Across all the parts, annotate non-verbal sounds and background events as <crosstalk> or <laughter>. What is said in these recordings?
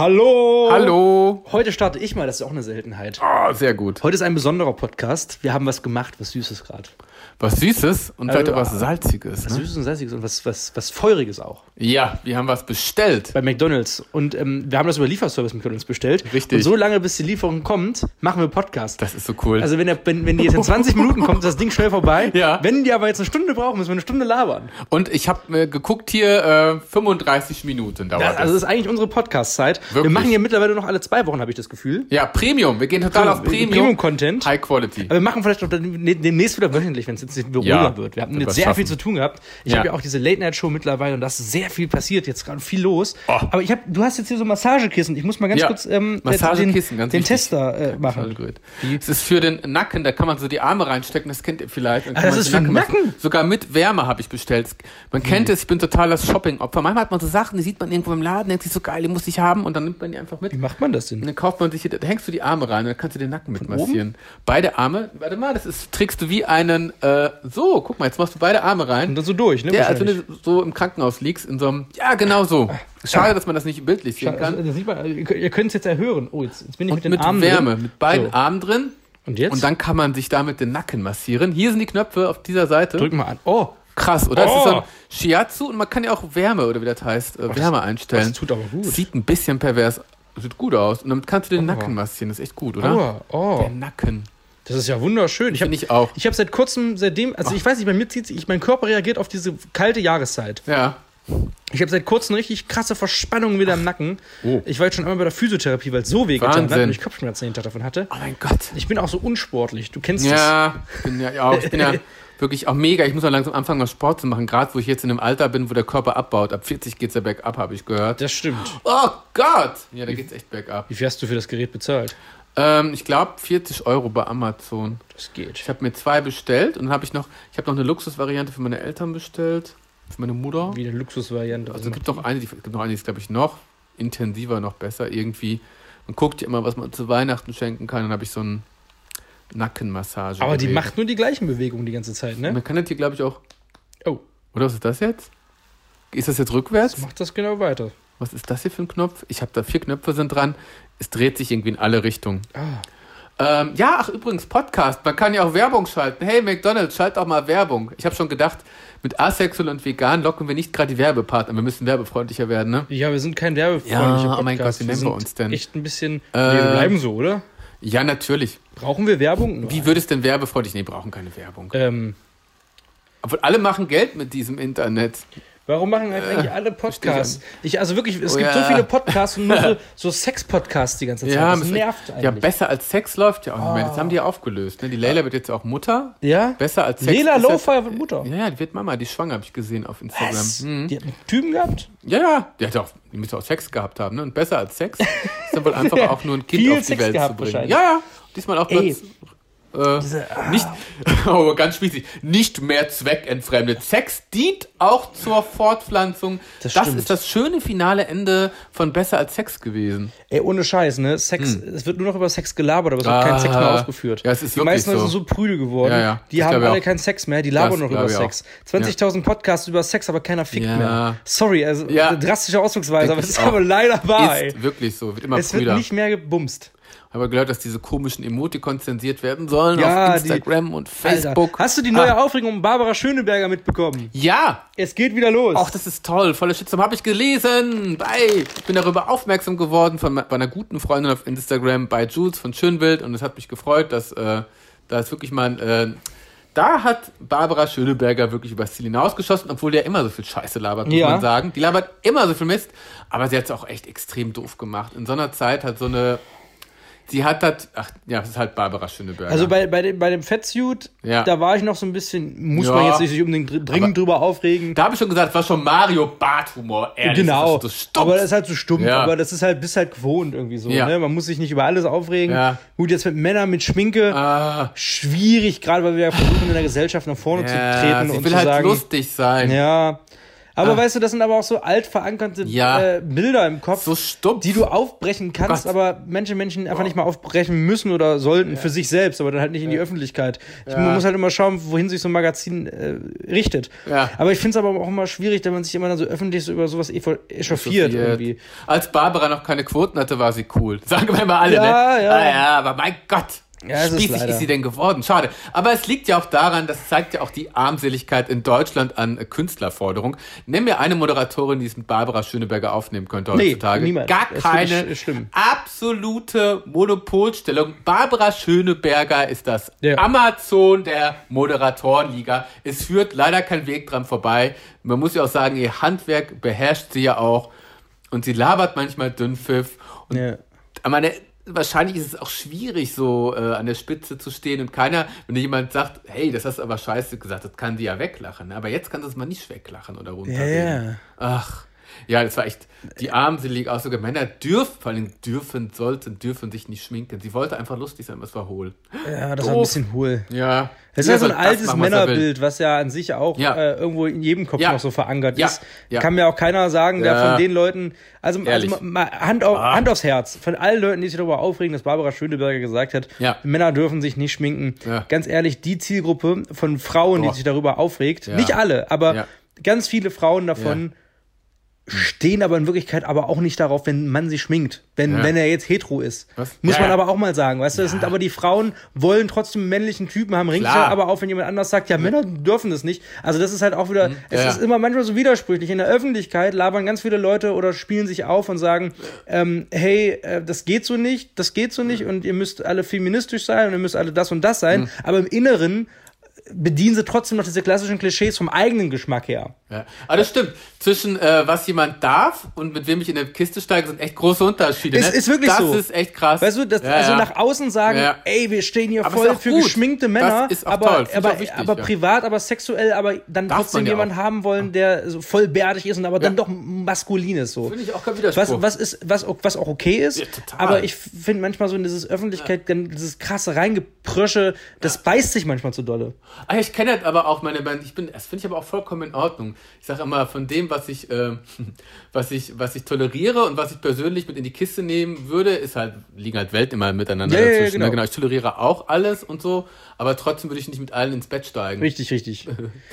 Hallo! Hallo! Heute starte ich mal, das ist auch eine Seltenheit. Ah, sehr gut. Heute ist ein besonderer Podcast. Wir haben was gemacht, was Süßes gerade. Was Süßes und Also, vielleicht auch was Salziges. Was Ne? Süßes und Salziges und was, was, was Feuriges auch. Ja, wir haben was bestellt. Bei McDonalds. Und ähm, wir haben das über Lieferservice McDonalds bestellt. Richtig. Und so lange, bis die Lieferung kommt, machen wir Podcast. Das ist so cool. also wenn, der, wenn, wenn die jetzt in 20 Minuten kommt, ist das Ding schnell vorbei. Ja. Wenn die aber jetzt eine Stunde brauchen, müssen wir eine Stunde labern. und ich habe äh, geguckt hier, äh, 35 Minuten dauert also das. das ist eigentlich unsere Podcast-Zeit. Wir Wirklich. machen hier mittlerweile noch alle zwei Wochen, habe ich das Gefühl. Ja, Premium. Wir gehen total auf Premium. Premium-Content. High Quality. Aber wir machen vielleicht noch dann ne- demnächst wieder wöchentlich, wenn es jetzt beruhiger Ja, wird. Wir hatten wird jetzt was sehr viel schaffen. zu tun gehabt. Ich Ja. habe ja auch diese Late-Night-Show mittlerweile und da ist sehr viel passiert, jetzt gerade viel los. Oh. Aber ich hab, du hast jetzt hier so Massagekissen. Ich muss mal ganz Ja, kurz ähm, Massagekissen, den, ganz den wichtig. Tester äh, Voll machen. gut. Es ist für den Nacken, da kann man so die Arme reinstecken, das kennt ihr vielleicht. Dann Ah, kann das man ist für den machen. Nacken? Mhm. Sogar mit Wärme habe ich bestellt. Man kennt es, ich bin total das Shopping-Opfer. Manchmal hat man so Sachen, die sieht man irgendwo im Laden, denkt sich so geil, die muss ich haben und dann nimmt man die einfach mit. Wie macht man das denn? Und dann kauft man sich, hier- da hängst du die Arme rein und dann kannst du den Nacken mit massieren. Beide Arme, warte mal, das ist, trägst du wie einen, äh, so, guck mal, jetzt machst du beide Arme Und rein. dann so durch, ne? Der, als wenn Wahrscheinlich. Ah, du so im Krankenhaus liegst, in so einem, ja, genau so. Schade, dass man das nicht bildlich sehen also, kann. das sieht man, ihr könnt- ihr könnt es jetzt erhören. Oh, jetzt, jetzt bin ich mit Und den mit Armen. Wärme, drin. mit beiden So. Armen drin. Und jetzt? Und dann kann man sich damit den Nacken massieren. Hier sind die Knöpfe auf dieser Seite. drück mal an. Oh, Krass, oder? Das Oh. ist so ein Shiatsu und man kann ja auch Wärme, oder wie das heißt, äh, Wärme einstellen. das tut aber gut. Sieht ein bisschen pervers, sieht gut aus. Und damit kannst du den Nacken massieren, das ist echt gut, oder? oh, oh. Der Nacken. Das ist ja wunderschön. Ich habe Finde ich auch. ich hab seit kurzem, seitdem, also ich weiß nicht, bei mir zieht sich, mein Körper reagiert auf diese kalte Jahreszeit. Ja. Ich habe seit kurzem richtig krasse Verspannungen wieder im Nacken. Oh. Ich war jetzt schon einmal bei der Physiotherapie, weil es so weh getan hat Wahnsinn. und ich Kopfschmerzen jeden Tag davon hatte. Oh mein Gott. Ich bin auch so unsportlich, du kennst das. Ja, ich bin ja, ja, auch, ich <laughs> bin ja wirklich auch mega. Ich muss auch langsam anfangen, mal Sport zu machen. Gerade wo ich jetzt in einem Alter bin, wo der Körper abbaut. Ab 40 geht's ja bergab, habe ich gehört. Das stimmt. Oh Gott! Ja, da geht's echt bergab. Wie viel hast du für das Gerät bezahlt? Ähm, ich glaube 40 Euro bei Amazon. Das geht. Ich habe mir zwei bestellt und dann habe ich noch, ich habe noch eine Luxusvariante für meine Eltern bestellt, für meine Mutter. Wie eine Luxusvariante. Also es gibt noch eine, die, gibt noch eine, die ist glaube ich noch intensiver, noch besser irgendwie. Man guckt ja immer, was man zu Weihnachten schenken kann. Dann habe ich so einen Nackenmassage. aber die gewählt. macht nur die gleichen Bewegungen die ganze Zeit, ne? Man kann das hier glaube ich auch. Oh. Oder was ist das jetzt? Ist das jetzt Das rückwärts? macht das genau weiter. Was ist das hier für ein Knopf? Ich habe da vier Knöpfe sind dran. Es dreht sich irgendwie in alle Richtungen. Ah. Ähm, ja, ach übrigens, Podcast. Man kann ja auch Werbung schalten. Hey McDonalds, schalt auch mal Werbung. Ich habe schon gedacht, mit asexuell und vegan locken wir nicht gerade die Werbepartner. Wir müssen werbefreundlicher werden, ne? Ja, wir sind kein werbefreundlicher Ja, oh mein Podcast. Gott, wie nennen sind wir uns denn? Echt ein bisschen. nee, Äh. wir bleiben so, oder? Ja, natürlich. Brauchen wir Werbung? Wie würde es denn werbefreundlich? Nee, brauchen keine Werbung. ähm, Obwohl alle machen Geld mit diesem Internet. Warum machen Äh, halt eigentlich alle Podcasts? Ich, also wirklich, es Oh gibt ja. so viele Podcasts und nur <laughs> so, so Sex-Podcasts die ganze Zeit. Ja, das müssen- nervt Ja, eigentlich. Ah. besser als Sex läuft ja auch nicht mehr. Das haben die ja aufgelöst. Ne? Die Leila wird jetzt auch Mutter. Ja? Besser als Sex. Lela ist das- Lowfire wird Mutter. Ja, ja, die wird Mama, die ist schwanger, habe ich gesehen auf Instagram. Was? Hm. Die hat einen Typen gehabt? Ja, ja, die, hat auch, die müsste auch Sex gehabt haben. Ne? Und besser als Sex ist <laughs> dann wohl einfach auch nur ein Kind Viel auf die Sex Welt zu gehabt bringen. wahrscheinlich. Ja, ja, diesmal auch Ey. ah. Platz. Äh, nicht, <laughs> oh, ganz spießig, nicht mehr zweckentfremdet. Sex dient auch zur Fortpflanzung. Das Das, stimmt. ist das schöne finale Ende von Besser als Sex gewesen. Ey, ohne Scheiß, ne? Sex, es wird nur noch über Sex gelabert, aber es wird kein Mhm. Ah. Sex mehr aufgeführt. Ja, es ist die wirklich meisten Leute so. sind so prüde geworden, Ja, ja. die Das haben glaub ich alle auch. keinen Sex mehr, die labern Das noch über glaub ich Sex. 20.000 Podcasts über Sex, aber keiner fickt Ja. mehr. Sorry, also Ja. drastische Ausdrucksweise, Denk aber es ich ist auch. aber leider wahr, Ah, ey. Ist wirklich so, wird immer Es wird früher. nicht mehr gebumst. Aber gehört, dass diese komischen Emoticons zensiert werden sollen Ja, auf die- Instagram und Alter, Facebook. hast du die neue Ah, Aufregung um Barbara Schöneberger mitbekommen? ja, Es geht wieder los. Ach, das ist toll. Voller Shitstorm habe ich gelesen. Bei. Ich bin darüber aufmerksam geworden von me- bei einer guten Freundin auf Instagram, bei Jules von Schönbild. Und es hat mich gefreut, dass äh, da ist wirklich mal ein, äh, da hat Barbara Schöneberger wirklich über das Ziel hinausgeschossen, obwohl die ja immer so viel Scheiße labert, muss Ja. man sagen. Die labert immer so viel Mist, aber sie hat es auch echt extrem doof gemacht. In so einer Zeit hat so eine, sie hat das, ach ja, das ist halt Barbara Schöneberger. also bei, bei, dem, bei dem Fettsuit, Ja. da war ich noch so ein bisschen, muss Ja. man jetzt nicht sich unbedingt dr- dringend drüber aufregen. da habe ich schon gesagt, es war schon Mario Barth-Humor, ehrlich. genau. Das ist, das stimmt. aber das ist halt so stumpf, Ja. aber das ist halt, bist halt gewohnt irgendwie so. Ja. Ne? Man muss sich nicht über alles aufregen. Ja. Gut, jetzt mit Männern, mit Schminke, Ah. schwierig, gerade weil wir ja versuchen, in der Gesellschaft nach vorne zu treten sie und will zu halt sagen. lustig sein. Ja. Aber weißt du, das sind aber auch so alt verankerte Ja. äh, Bilder im Kopf, So stumpf. die du aufbrechen kannst, Oh Gott. aber manche Menschen einfach nicht mal aufbrechen müssen oder sollten für sich selbst, aber dann halt nicht in die Öffentlichkeit. Ich, Man muss halt immer schauen, wohin sich so ein Magazin äh, richtet. Ja. Aber ich finde es aber auch immer schwierig, wenn man sich immer dann so öffentlich so über sowas eh voll echauffiert irgendwie. Als Barbara noch keine Quoten hatte, war sie cool. <laughs> Sagen wir mal alle, Ja, ne? ja. Ah, ja, aber mein Gott. Ja, es ist Spießig leider. ist sie denn geworden? Schade. Aber es liegt ja auch daran, das zeigt ja auch die Armseligkeit in Deutschland an äh, Künstlerforderung. Nimm mir eine Moderatorin, die es mit Barbara Schöneberger aufnehmen könnte Nee, heutzutage. niemand. Gar Das keine finde ich schlimm. absolute Monopolstellung. Barbara Schöneberger ist das Ja. Amazon der Moderatorenliga. Es führt leider kein Weg dran vorbei. Man muss ja auch sagen, ihr Handwerk beherrscht sie ja auch. Und sie labert manchmal Dünnpfiff. Und Ja. ich meine, wahrscheinlich ist es auch schwierig, so äh, an der Spitze zu stehen. Und keiner, wenn dir jemand sagt, hey, das hast du aber scheiße gesagt, das kann die ja weglachen. Aber jetzt kannst du es mal nicht weglachen oder runterreden. Ja, ja. Ach, ja, das war echt, die armselig auch sogar Männer dürfen, vor allem dürfen, sollten, dürfen sich nicht schminken. Sie wollte einfach lustig sein, aber es war hohl. Ja, das war ein Doof. bisschen hohl. Ja. Das ist Jeder ja so ein soll das altes machen, was er will. Männerbild, was ja an sich auch Ja. äh, irgendwo in jedem Kopf Ja. noch so verankert Ja. ist. Ja. Kann mir auch keiner sagen, wer Ja. von den Leuten, also, also Ehrlich. Ah. mal- mal Hand, auf, Hand aufs Herz, von allen Leuten, die sich darüber aufregen, dass Barbara Schöneberger gesagt hat, Ja. Männer dürfen sich nicht schminken. Ja. Ganz ehrlich, die Zielgruppe von Frauen, die Boah. sich darüber aufregt, Ja. nicht alle, aber Ja. ganz viele Frauen davon. Stehen aber in Wirklichkeit aber auch nicht darauf, wenn ein Mann sich schminkt. Wenn, Ja. wenn er jetzt hetero ist. Was? Muss Ja, man ja. aber auch mal sagen. Weißt du, das sind aber die Frauen, wollen trotzdem männlichen Typen haben, ringt sich Klar. Mhm. aber auch wenn jemand anders sagt, ja, Männer dürfen das nicht. Also das ist halt auch wieder, es Ja. ist immer manchmal so widersprüchlich. In der Öffentlichkeit labern ganz viele Leute oder spielen sich auf und sagen, ähm, hey, äh, das geht so nicht, das geht so nicht Mhm. und ihr müsst alle feministisch sein und ihr müsst alle das und das sein. Aber im Inneren bedienen sie trotzdem noch diese klassischen Klischees vom eigenen Geschmack her. Ja. Aber das stimmt. Zwischen äh, was jemand darf und mit wem ich in der Kiste steige, sind echt große Unterschiede. Es ne? ist wirklich das so. Das ist echt krass. Weißt du, das, Ja, also ja. nach außen sagen, Ja. ey, wir stehen hier Aber ist voll auch für gut. geschminkte Männer, Das ist auch aber, toll. Finde ich aber, auch wichtig, aber ja. privat, aber sexuell, aber dann Darf trotzdem man ja jemanden auch. haben wollen, der so voll bärtig ist und aber dann Ja. doch maskulin ist so. Finde ich auch kein Widerspruch. Was, was ist, was, auch- was auch okay ist, Ja, total. aber ich finde manchmal so in dieses Öffentlichkeit, dann dieses krasse Reingeprösche, das beißt sich manchmal zu dolle. Ah, ja, ich kenne das aber auch, meine Band. Ich bin, das finde ich aber auch vollkommen in Ordnung. Ich sage immer, von dem, was ich, ähm, <laughs> was ich, was ich toleriere und was ich persönlich mit in die Kiste nehmen würde, ist halt, liegen halt Welten immer miteinander Ja, ja, ja, dazwischen. ne? genau. genau. Ich toleriere auch alles und so, aber trotzdem würde ich nicht mit allen ins Bett steigen. Richtig, <laughs> richtig.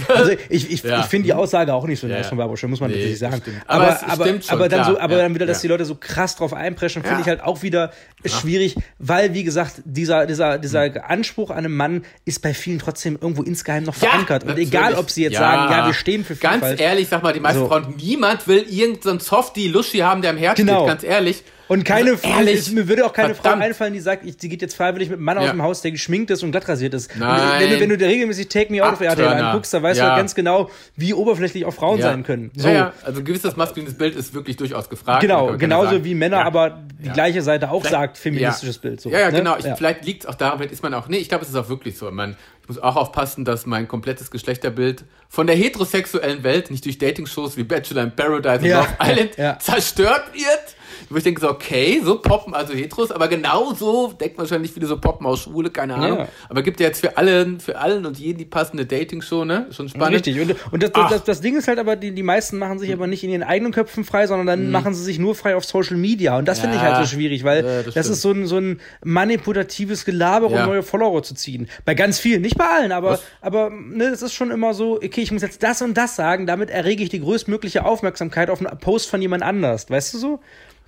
Also ich, ich, Ja. ich finde die Aussage auch nicht so Ja, nice ja. von Barbusch, muss man Nee, natürlich sagen. stimmt. Aber, Aber aber, es aber, stimmt schon, dann klar. so, aber Ja, dann wieder, dass ja. die Leute so krass drauf einpreschen, finde Ja. ich halt auch wieder schwierig, weil, wie gesagt, dieser, dieser, dieser Hm. Anspruch an einen Mann ist bei vielen trotzdem irgendwo insgeheim noch verankert. Und natürlich. egal, ob sie jetzt Ja. sagen, ja, wir stehen für Vielfalt. Ganz ehrlich, sag mal, die meisten So. Frauen, niemand will irgendeinen Softie-Luschi haben, der am Herd Genau. steht, ganz ehrlich. Und keine, Also ehrlich, ich, mir würde auch keine verdammt. Frau einfallen, die sagt, ich, die geht jetzt freiwillig mit einem Mann aus Ja. dem Haus, der geschminkt ist und glatt rasiert ist. Nein. Wenn, du, wenn du dir regelmäßig Take Me Out of RTL Abturner. anguckst, dann weißt du Ja. halt ganz genau, wie oberflächlich auch Frauen Ja. sein können. So. Ja, ja. Also ein gewisses maskulines Bild ist wirklich durchaus gefragt. Da Genau, kann keiner genauso sagen. wie Männer, Ja. aber die gleiche Seite auch Vielleicht- sagt, feministisches ja. Bild. So, ja, ja, ne? genau. Ich, Ja. Vielleicht liegt es auch daran, vielleicht ist man auch. Nee, ich glaube, es ist auch wirklich so. Man, ich muss auch aufpassen, dass mein komplettes Geschlechterbild von der heterosexuellen Welt nicht durch Dating-Shows wie Bachelor in Paradise Ja. und Love Island Ja. zerstört wird. Wo ich denke so, okay, so poppen also Heteros, aber genauso denkt wahrscheinlich viele so poppen aus Schwule, keine Ahnung. Ja. Aber gibt ja jetzt für allen, für allen und jeden die passende Dating-Show, ne? Schon spannend. Richtig. Und, und das, Ach. Hm. das, das, das Ding ist halt aber, die, die meisten machen sich aber nicht in ihren eigenen Köpfen frei, sondern dann machen sie sich nur frei auf Social Media. Und das finde ich Ja. halt so schwierig, weil Ja, das, das ist so ein, so ein manipulatives Gelaber, um Ja. neue Follower zu ziehen. Bei ganz vielen, nicht bei allen, aber, Was? aber ne, es ist schon immer so, okay, ich muss jetzt das und das sagen, damit errege ich die größtmögliche Aufmerksamkeit auf einen Post von jemand anders. Weißt du so?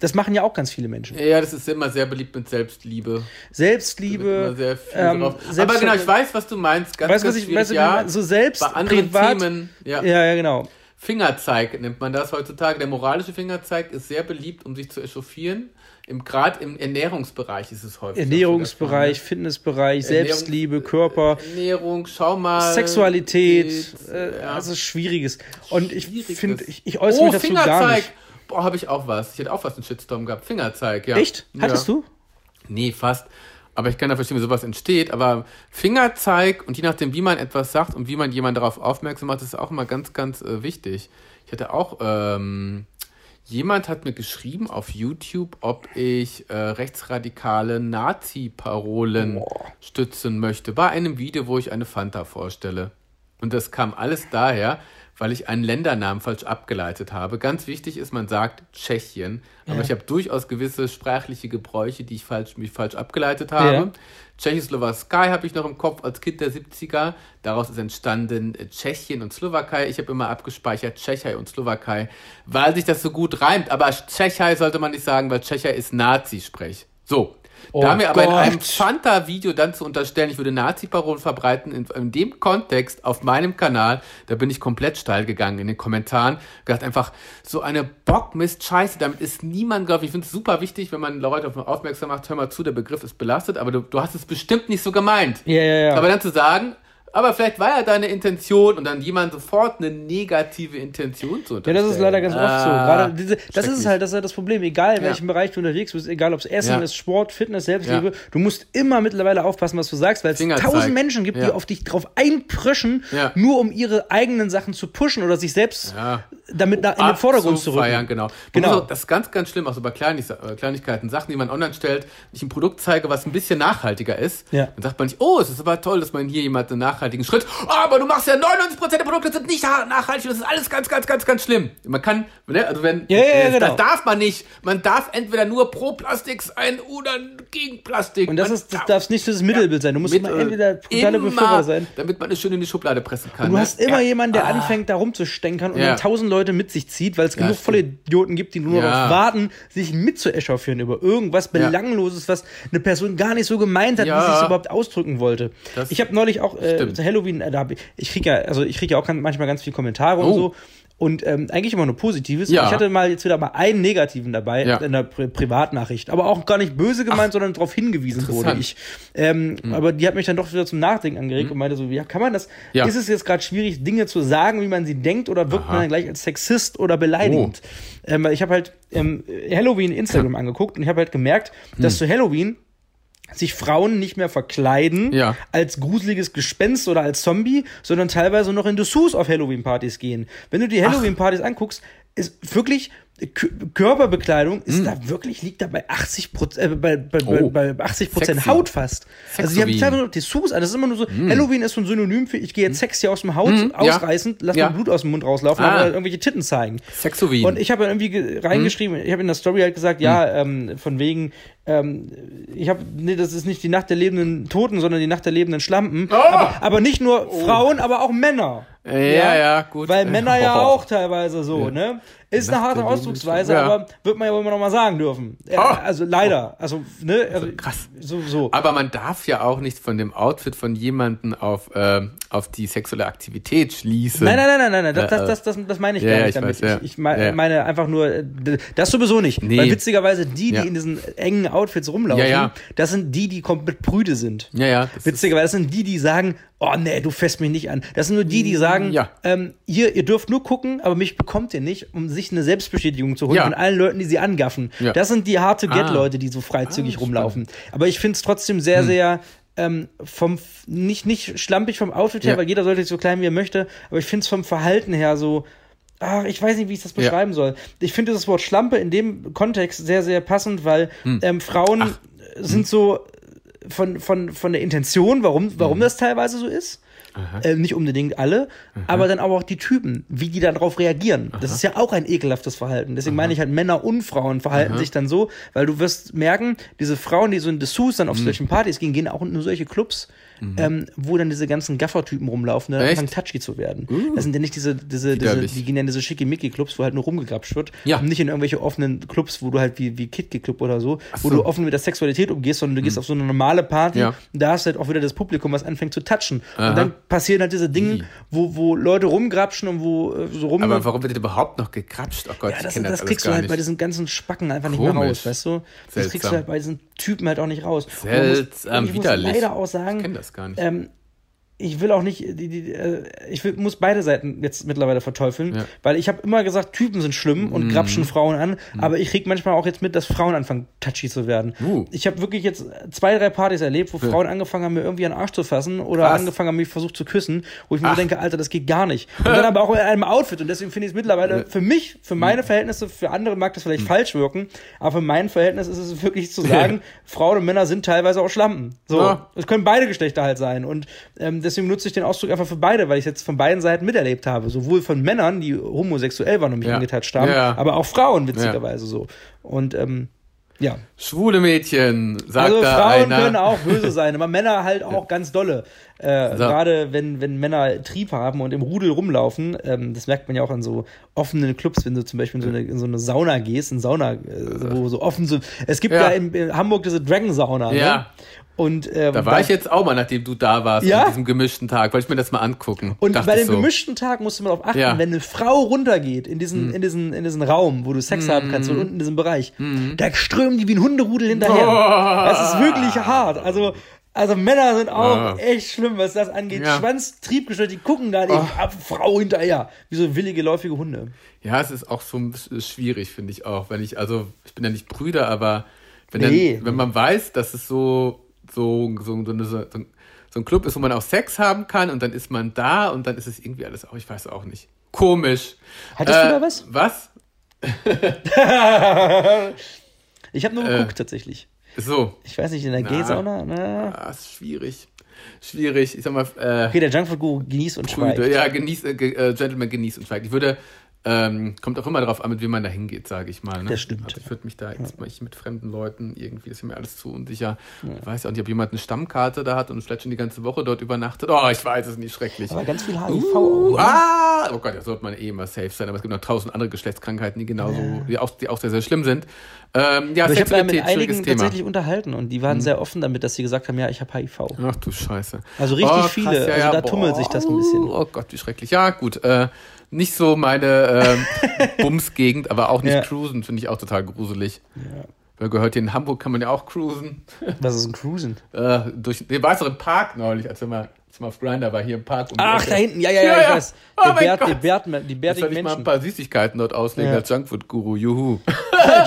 Das machen ja auch ganz viele Menschen. Ja, das ist immer sehr beliebt mit Selbstliebe. Selbstliebe. Immer sehr viel ähm, drauf. Aber Selbstver- genau, ich weiß, was du meinst. Ganz, Weißt du, ganz was ich, schwierig, weißt du, ja. so selbst, Bei anderen privat. Themen, ja. Ja, ja, genau. Fingerzeig nennt man das heutzutage. Der moralische Fingerzeig ist sehr beliebt, um sich zu echauffieren. Im, Gerade im Ernährungsbereich ist es häufig. Ernährungsbereich, Fitnessbereich, Ernährung- Selbstliebe, Körper, ne? Ernährung, schau mal. Sexualität, geht's, äh, ja. also Schwieriges. Und ich Schwieriges. Oh, finde, ich, ich äußere mich dazu gar nicht. Boah, habe ich auch was. Ich hätte auch was einen Shitstorm gehabt. Fingerzeig, ja. Echt? Ja. Hattest du? Nee, fast. Aber ich kann ja verstehen, wie sowas entsteht. Aber Fingerzeig und je nachdem, wie man etwas sagt und wie man jemanden darauf aufmerksam macht, ist auch immer ganz, ganz äh, wichtig. Ich hatte auch, ähm, jemand hat mir geschrieben auf YouTube, ob ich äh, rechtsradikale Nazi-Parolen stützen möchte. Bei einem Video, wo ich eine Fanta vorstelle. Und das kam alles daher, weil ich einen Ländernamen falsch abgeleitet habe. Ganz wichtig ist, man sagt Tschechien, aber Ja. ich habe durchaus gewisse sprachliche Gebräuche, die ich falsch, mich falsch abgeleitet habe. Ja. Tschechoslowakei habe ich noch im Kopf als Kind der 70er. Daraus ist entstanden äh, Tschechien und Slowakei. Ich habe immer abgespeichert Tschechei und Slowakei, weil sich das so gut reimt. Aber Tschechei sollte man nicht sagen, weil Tschechei ist Nazi-Sprech. So. Oh da mir aber in Gott. einem Fanta-Video dann zu unterstellen, ich würde Nazi-Parolen verbreiten, in, in dem Kontext auf meinem Kanal, da bin ich komplett steil gegangen in den Kommentaren. Gedacht einfach, so eine Bockmist-Scheiße, damit ist niemand, glaube ich, ich finde es super wichtig, wenn man Leute auf aufmerksam macht, hör mal zu, der Begriff ist belastet, aber du, du hast es bestimmt nicht so gemeint. Ja, ja, ja. Aber dann zu sagen, aber vielleicht war ja deine Intention und dann jemand sofort eine negative Intention zu Ja, unterstellen. das ist leider ganz oft so. Ah, Gerade diese, das ist schrecklich. es halt, das ist halt das Problem. Egal in Ja. welchem Bereich du unterwegs bist, egal ob es Essen Ja. ist, Sport, Fitness, Selbstliebe, Ja. du musst immer mittlerweile aufpassen, was du sagst, weil es Fingerzeig. tausend Menschen gibt, die Ja. auf dich drauf einpröschen, Ja. nur um ihre eigenen Sachen zu pushen oder sich selbst Ja. damit nach, in den Vordergrund zu Abzufeiern, rücken. genau. Man Genau. muss Auch, das ist ganz, ganz schlimm, auch so bei Kleinig äh, Kleinigkeiten, Sachen, die man online stellt, wenn ich ein Produkt zeige, was ein bisschen nachhaltiger ist, Ja. dann sagt man nicht, oh, es ist aber toll, dass man hier jemand einen nachhaltigen Schritt, oh, aber du machst ja 99% der Produkte sind nicht ha- nachhaltig, das ist alles ganz, ganz, ganz, ganz schlimm. Man kann, ne, also wenn, Ja, ja, ja, äh, genau. das darf man nicht. Man darf entweder nur pro Plastik sein oder gegen Plastik. Und das, man ist, das darf nicht das Mittelbild sein. Du musst immer Mit, äh, entweder totaler immer, Befürworter sein. Damit man es schön in die Schublade pressen kann. Du ne? hast immer jemanden, der anfängt, da rumzustänkern und Ja. dann tausend Leute mit sich zieht, weil es genug stimmt. Vollidioten gibt, die nur Ja. darauf warten, sich mitzuechauffieren über irgendwas Belangloses, was eine Person gar nicht so gemeint hat, wie Ja. sie es überhaupt ausdrücken wollte. Das ich habe neulich auch äh, stimmt. zu Halloween, äh, da hab ich, ich kriege ja, also ich krieg ja auch ganz- manchmal ganz viele Kommentare und Oh. so. Und ähm, eigentlich immer nur Positives. Ja. Ich hatte mal jetzt wieder mal einen Negativen dabei Ja. in der Pri Privatnachricht. Aber auch gar nicht böse gemeint, sondern darauf hingewiesen wurde Interessant. ich. Ähm, Hm. Aber die hat mich dann doch wieder zum Nachdenken angeregt und meinte so, ja, kann man das, Ja. ist es jetzt gerade schwierig, Dinge zu sagen, wie man sie denkt, oder wirkt Aha. Oh. man dann gleich als Sexist oder beleidigend? Ähm, weil ich habe halt ähm, Halloween Instagram angeguckt und ich habe halt gemerkt, Hm. dass zu Halloween sich Frauen nicht mehr verkleiden Ja. als gruseliges Gespenst oder als Zombie, sondern teilweise noch in Dessous auf Halloween-Partys gehen. Wenn du die Halloween-Partys anguckst, ist wirklich K Körperbekleidung ist da wirklich liegt da bei 80 äh, bei, bei, Hm. Oh. bei bei 80 Prozent Sexy. Haut fast. Also sie haben Sexowin. teilweise noch Dessous an. Das ist immer nur so. Halloween ist so ein Synonym für ich gehe jetzt sexy aus dem Haut ausreißend, lass Mm. Ja. mir Blut aus dem Mund rauslaufen, Ah. aber irgendwelche Titten zeigen. Sexowin. Und ich habe dann irgendwie ge- reingeschrieben, Hm? ich habe in der Story halt gesagt, ja, ähm, von wegen, ähm, ich habe, nee, das ist nicht die Nacht der lebenden Toten, sondern die Nacht der lebenden Schlampen. Aber, aber nicht nur Frauen, aber auch Männer. Ja, ja, gut. Weil Männer ja Oh. auch teilweise so, ne? Ist eine Nacht harte der lebenden Ausdrucksweise, Schlampen. Ja. aber wird man ja wohl noch mal sagen dürfen. Äh, Ah. Also leider. Also, ne? Also, krass. So, so. Aber man darf ja auch nicht von dem Outfit von jemandem auf, ähm, auf die sexuelle Aktivität schließen. Nein, nein, nein, nein, nein, nein. Das, äh, das, das, das, das meine ich ja, gar ja, nicht ich damit. weiß, ja. Ich, ich mei- Ja, ja. meine einfach nur, äh, d- das sowieso nicht. Nee. Weil witzigerweise die, die Ja. in diesen engen Outfits rumlaufen, Ja, ja. das sind die, die komplett brüde sind. Ja, ja. das ist- Witzigerweise, das sind die, die sagen, oh nee, du fässt mich nicht an. Das sind nur die, die sagen, Mm, Ja. ähm, ihr, ihr dürft nur gucken, aber mich bekommt ihr nicht, um sich eine Selbstbestätigung zu holen Ja. von allen Leuten, die sie angaffen. Ja. Das sind die Hard-to-Get-Leute, Ah. die so freizügig Ah, Hm. rumlaufen. Aber ich finde es trotzdem sehr, sehr ähm, vom nicht, nicht schlampig vom Outfit her, Ja. weil jeder sollte sich so klein wie er möchte, aber ich finde es vom Verhalten her so. Ach, ich weiß nicht, wie ich das beschreiben soll. Ich finde das Wort Schlampe in dem Kontext sehr, sehr passend, weil Hm. ähm, Frauen sind so von, von, von der Intention, warum, warum das teilweise so ist. Ähm, nicht unbedingt alle, aber dann aber auch die Typen, wie die darauf reagieren. Das ist ja auch ein ekelhaftes Verhalten. Deswegen meine ich halt, Männer und Frauen verhalten sich dann so, weil du wirst merken, diese Frauen, die so in Dessous dann auf solchen Partys gehen, gehen auch in nur solche Clubs, ähm, wo dann diese ganzen Gaffertypen rumlaufen, die dann Echt? anfangen touchy zu werden. Das sind ja nicht diese, diese, diese Widerlich. die gehen ja in diese schickimicki-Clubs, wo halt nur rumgegrapscht wird. Ja. Und nicht in irgendwelche offenen Clubs, wo du halt wie, wie Kitki-Club oder so, wo so. Mhm. du offen mit der Sexualität umgehst, sondern du gehst auf so eine normale Party Ja. und da hast du halt auch wieder das Publikum, was anfängt zu touchen. Aha. Und dann passieren halt diese Ih. Dinge, wo, wo Leute rumgrapschen und wo äh, so rum. aber warum wird denn überhaupt noch gekrapscht? Oh Gott, ja, ich das, kenne das, das alles kriegst du gar halt nicht. bei diesen ganzen Spacken einfach nicht mehr Komisch. raus, weißt du? Das Seltsam. kriegst du halt bei diesen Typen halt auch nicht raus. Und man muss- Seltsam, und ich widerlich. Muss leider auch ich sagen, kenne das gar nicht. ähm, ich will auch nicht, die, die, äh, ich will, muss beide Seiten jetzt mittlerweile verteufeln, Ja. Mhm. weil ich habe immer gesagt, Typen sind schlimm und grapschen Frauen an, aber ich krieg manchmal auch jetzt mit, dass Frauen anfangen, touchy zu werden. Uh. Ich habe wirklich jetzt zwei, drei Partys erlebt, wo Frauen angefangen haben, mir irgendwie an den Arsch zu fassen oder Krass. angefangen haben, mich versucht zu küssen, wo ich mir so denke, Alter, das geht gar nicht. Und <laughs> dann aber auch in einem Outfit und deswegen finde ich es mittlerweile für mich, für meine Mhm. Verhältnisse, für andere mag das vielleicht falsch wirken, aber für mein Verhältnis ist es wirklich <laughs> zu sagen, Frauen und Männer sind teilweise auch Schlampen. So, Ja. es können beide Geschlechter halt sein. Und ähm, deswegen benutze ich den Ausdruck einfach für beide, weil ich jetzt von beiden Seiten miterlebt habe. Sowohl von Männern, die homosexuell waren und mich Ja. angetatscht haben, Ja. aber auch Frauen, witzigerweise so. Und ähm, ja. Schwule Mädchen, sagt Also da Frauen einer. können auch böse sein, aber Männer halt auch ganz dolle. Äh, So. Gerade wenn, wenn Männer Trieb haben und im Rudel rumlaufen, ähm, das merkt man ja auch an so offenen Clubs, wenn du zum Beispiel in so eine, in so eine Sauna gehst, in Sauna, äh, wo so offen so. Es gibt ja, Ja. in, in Hamburg diese Dragon-Sauna. Ne? Ja. Und, ähm, Da war ich jetzt auch mal, nachdem du da warst, Ja? an diesem gemischten Tag. Wollte ich mir das mal angucken. Und Dachte bei dem so. gemischten Tag musste man darauf achten, Ja. Hm. wenn eine Frau runtergeht in diesen, in diesen, in diesen Raum, wo du Sex haben kannst, und unten in diesem Bereich, Hm. da strömen die wie ein Hunderudel hinterher. Boah. Das ist wirklich hart. Also, also Männer sind auch Ja. echt schlimm, was das angeht. Ja. Oh. Schwanz, Triebgeschwür, die gucken da nicht ab, Frau hinterher. Wie so willige, läufige Hunde. Ja, es ist auch so ein bisschen schwierig, finde ich auch. Wenn ich, also, ich bin ja nicht Brüder, aber wenn, Nee. dann, wenn man weiß, dass es so, so, so, so, eine, so, ein- so ein Club ist, wo man auch Sex haben kann und dann ist man da und dann ist es irgendwie alles auch, ich weiß auch nicht. Komisch. Äh, Hattest du da was? Was? Ich habe nur Äh. geguckt tatsächlich. So. Ich weiß nicht, in der Gay-Sauna? ne? Na. Ah, ist schwierig. Schwierig. Ich sag mal, äh, Okay, der Junkfood-Guru genießt und schweigt. Brüder, ja, genieß, äh, ge- äh, Gentleman genießt und schweigt. Ich würde, ähm, kommt auch immer darauf an, mit wem man da hingeht, sage ich mal. Ne? Das stimmt. Aber ich würde mich da jetzt mal ich mit fremden Leuten irgendwie, das ist mir alles zu unsicher. Ich weiß ja auch nicht, ob jemand eine Stammkarte da hat und vielleicht schon die ganze Woche dort übernachtet. Oh, ich weiß es nicht, schrecklich. Aber ganz viel HIV auch. Uh, ne? ah, oh Gott, da sollte man eh immer safe sein, aber es gibt noch tausend andere Geschlechtskrankheiten, die genauso, die, auch, die auch sehr, sehr schlimm sind. Ähm, ja, Also ich habe mich mit Sexualität, schwieriges einigen Thema. Hm. tatsächlich unterhalten und die waren sehr offen damit, dass sie gesagt haben, ja, ich habe HIV. Ach du Scheiße. Oh, Also richtig krass, viele. Also da tummelt sich das ein bisschen. Oh Gott, wie schrecklich. Ja, gut. Äh, nicht so meine <laughs> ähm, Bumsgegend, aber auch nicht Ja. cruisen, finde ich auch total gruselig. Weil gehört, hier in Hamburg kann man ja auch cruisen. Was ist ein Cruisen? Äh, durch, nee, warst du im Park neulich, als wir mal, als wir mal auf Grinder war, hier im Park. um die Ach, Ecke. da hinten, ja, ja, ja, Ja, ich ja. weiß. Oh Der mein Bärt, der Gott. Bärt, die Jetzt bärtigen soll ich mal ein <laughs> Menschen. paar Süßigkeiten dort auslegen Ja. als <laughs> Junkfood-Guru. Juhu.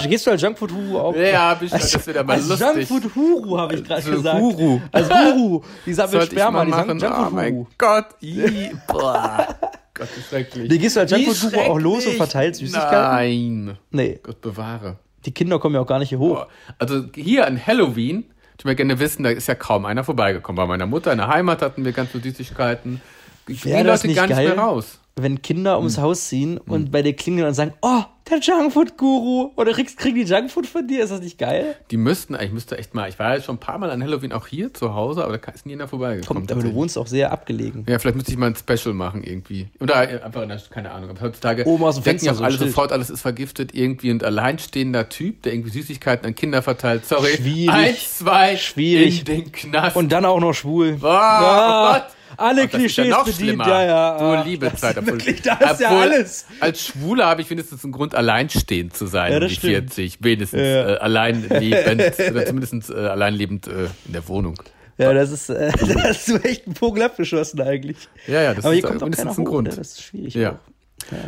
Gehst du als Junkfood-Huru auch? Ja, hab ich das <laughs> ist wieder mal als lustig. Junkfood-Huru habe ich gerade Also gesagt. Huru. Als Huru. Die sammelt Sollte ich Sperma, mal die machen. sagen Oh mein Junkfood-Huru. Gott. Ih, boah. Gott, wie schrecklich. Die gehst du als Wie Junkfood-Huru auch los und schrecklich. verteilst Süßigkeiten? Nein. Nee, Gott bewahre. die Kinder kommen ja auch gar nicht hier hoch. Boah. Also hier an Halloween, ich mir gerne wissen, da ist ja kaum einer vorbeigekommen. Bei meiner Mutter in der Heimat hatten wir ganz viele Süßigkeiten. Ich Wär die das Leute nicht gar nicht geil? mehr raus. Wenn Kinder ums Hm. Haus ziehen und bei dir klingeln und sagen, oh, der Junkfood-Guru. Oder kriegst, kriegen die Junkfood von dir? Ist das nicht geil? Die müssten, ich müsste echt mal, ich war jetzt schon ein paar Mal an Halloween auch hier zu Hause, aber da ist nie einer vorbeigekommen. Kommt, aber du tatsächlich. wohnst auch sehr abgelegen. ja, vielleicht müsste ich mal ein Special machen irgendwie. Oder Äh, einfach, in der- keine Ahnung. Aber heutzutage Oben aus dem denken Fenster ja auch so ein alle Schild. sofort, alles ist vergiftet irgendwie. Und alleinstehender Typ, der irgendwie Süßigkeiten an Kinder verteilt. Sorry. Schwierig. Eins, zwei, Schwierig. in den Knast. Und dann auch noch schwul. Ah, oh Gott. Alle Das ist ja Klischees noch bedient, schlimmer. ja, ja. Ah. Du liebe das Zeit. ist Wirklich, da ist ja alles. Als Schwuler habe ich wenigstens einen Grund, alleinstehend zu sein, Ja, ja, das die stimmt. 40. Wenigstens Ja. äh, <laughs> alleinlebend, oder zumindest äh, alleinlebend äh, in der Wohnung. Ja, das ist, äh, <laughs> da hast du echt einen Vogel abgeschossen eigentlich. Ja, ja, das Aber hier ist kommt äh, auch keiner mindestens hoch, ein Grund. Grund. Ne? Das ist schwierig. Ja.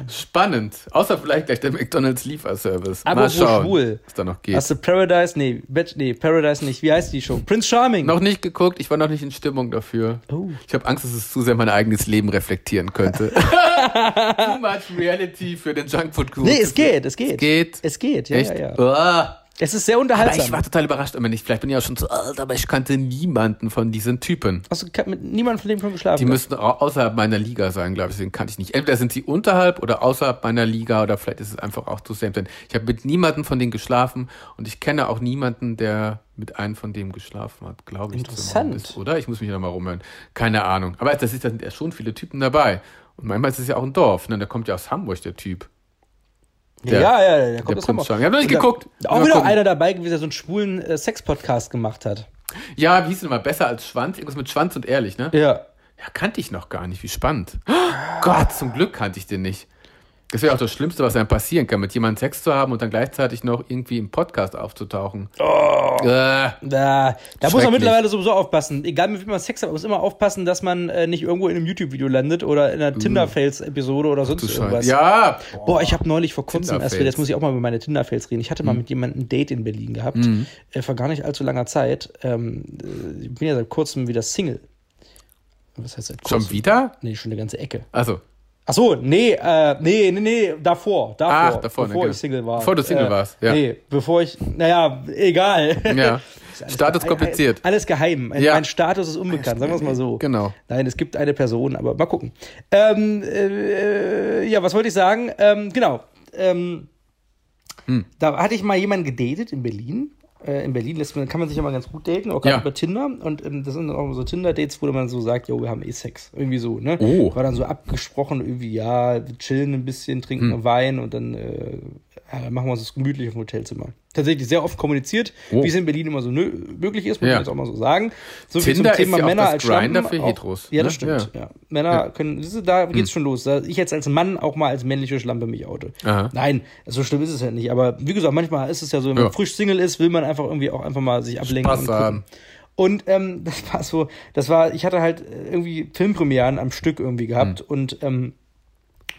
Spannend. Außer vielleicht gleich der McDonalds Lieferservice. Aber Mal wo schauen, schwul? was da noch geht. Hast du Paradise? Nee, Bet nee, Paradise nicht. Wie heißt die Show? Prince Charming. noch nicht geguckt, ich war noch nicht in Stimmung dafür. Oh. Ich habe Angst, dass es zu sehr mein eigenes Leben <laughs> reflektieren könnte. Too much reality für den Junkfood-Guru. Nee, es geht, es geht. Geht. Es geht, ja, Echt? ja, ja. Uah. Es ist sehr Aber ich unterhaltsam. war total überrascht. Aber nicht, vielleicht bin ich auch schon zu alt, aber ich kannte niemanden von diesen Typen. Hast du ke- mit niemandem von dem schon geschlafen? Die müssten au- außerhalb meiner Liga sein, glaube ich. Deswegen kannte ich nicht. Entweder sind sie unterhalb oder außerhalb meiner Liga oder vielleicht ist es einfach auch zu same. Denn ich habe mit niemandem von denen geschlafen und ich kenne auch niemanden, der mit einem von dem geschlafen hat, glaube ich. Interessant. zumindest, Oder? Ich muss mich nochmal rumhören. Keine Ahnung. Aber das ist, da sind ja schon viele Typen dabei. Und manchmal ist es ja auch ein Dorf. Ne? Da kommt ja aus Hamburg der Typ. ja, ja, ja, der Der kommt aus Prinz Hamburg. Charming. Ich habe noch nicht Und da- geguckt. Auch Mal wieder gucken. einer dabei gewesen, der so einen schwulen äh, Sex-Podcast gemacht hat. Ja, wie hieß denn mal? Besser als Schwanz? Irgendwas mit Schwanz und ehrlich, ne? Ja. Ja, kannte ich noch gar nicht. Wie spannend. <gasps> Gott, zum Glück kannte ich den nicht. Das wäre auch das Schlimmste, was einem passieren kann, mit jemandem Sex zu haben und dann gleichzeitig noch irgendwie im Podcast aufzutauchen. Oh. Äh, Da, da muss man Schrecklich. mittlerweile sowieso aufpassen. Egal mit wem man Sex hat, man muss immer aufpassen, dass man äh, nicht irgendwo in einem YouTube-Video landet oder in einer Tinder-Fails-Episode oder sonst Mm. du irgendwas. Scheiße. Ja. Boah, ich habe neulich vor kurzem erst wieder, Tinder-Fails. Mhm. jetzt muss ich auch mal über meine Tinder-Fails reden. Ich hatte mal mit jemandem ein Date in Berlin gehabt, äh, vor gar nicht allzu langer Zeit. Ähm, äh, ich bin ja seit kurzem wieder Single. Was heißt seit kurzem? Schon wieder? Nee, schon eine ganze Ecke. Also, Ach so, nee, äh, nee, nee, nee, davor, davor, Ach, bevor davor, ne, genau. Äh, ich Single war. Bevor du Single warst, ja. <laughs> Nee, bevor ich, naja, egal. ja. Äh, ist alles- Status kompliziert. Alles geheim. Ein, Ja. Mein Status ist unbekannt, sagen wir es mal so. Genau. Nein, es gibt eine Person, aber mal gucken. Ähm, äh, ja, was wollte ich sagen? Ähm, genau. Ähm, Hm. Da hatte ich mal jemanden gedatet in Berlin. Äh, in Berlin lässt man, kann man sich immer ganz gut daten, auch gerade Ja. über Tinder. Und ähm, das sind dann auch so Tinder-Dates, wo man so sagt, jo, wir haben eh Sex. Irgendwie so, ne? Oh. War dann so abgesprochen, irgendwie, ja, wir chillen ein bisschen, Hm. trinken Wein und dann, äh, ja, dann machen wir uns das gemütlich im Hotelzimmer. Tatsächlich sehr oft kommuniziert, Oh. wie es in Berlin immer so nö möglich ist, muss Ja. man jetzt auch mal so sagen. So so viel Tinder zum Thema ist ja auch Männer das als Grindr Schlampen. für Auch- Heteros, Ja, ne? Hm. das stimmt. Ja. Männer können, siehst du, da geht's schon los. Da ich jetzt als Mann auch mal als männliche Schlampe mich oute. Aha. Nein, so schlimm ist es ja nicht. Aber wie gesagt, manchmal ist es ja so, wenn man Ja. frisch Single ist, will man einfach irgendwie auch einfach mal sich ablenken. Spaß und gucken. haben. Und ähm, <laughs> das war so, das war, ich hatte halt äh, irgendwie Filmpremieren am Stück irgendwie Hm. gehabt und ähm,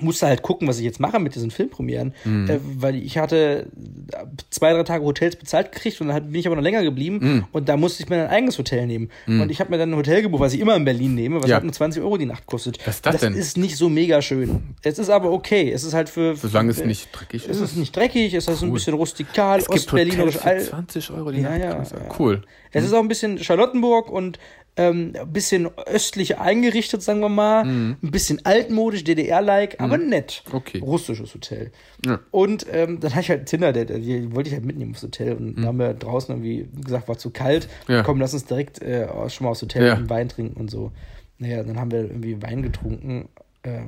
musste halt gucken, was ich jetzt mache mit diesen Filmpremieren, Hm. äh, weil ich hatte äh, zwei, drei Tage Hotels bezahlt gekriegt und dann halt bin ich aber noch länger geblieben Hm. und da musste ich mir dann ein eigenes Hotel nehmen. Und ich habe mir dann ein Hotel gebucht, was ich immer in Berlin nehme, was Ja. halt nur 20 Euro die Nacht kostet. Was ist das denn? ist nicht so mega schön. Es ist aber okay. Es ist halt für... Solange es für- nicht dreckig Es ist. ist nicht dreckig, es ist ein bisschen rustikal, Es gibt ostberlinerisch. Hotels für all- 20 Euro die Ja, Nacht. ja, Das ist ja. Cool. es ist auch ein bisschen Charlottenburg und ähm, ein bisschen östlich eingerichtet, sagen wir mal. Ein bisschen altmodisch, DDR-like, aber nett. Mhm. Okay. Russisches Hotel. Ja. Und ähm, dann hatte ich halt Tinder, der, die wollte ich halt mitnehmen aufs Hotel. Und da haben wir draußen irgendwie gesagt, war zu kalt. Mhm. Ja. Komm, lass uns direkt äh, aus- schon mal aufs Hotel Ja. einen Wein trinken und so. Naja, dann haben wir irgendwie Wein getrunken. Äh,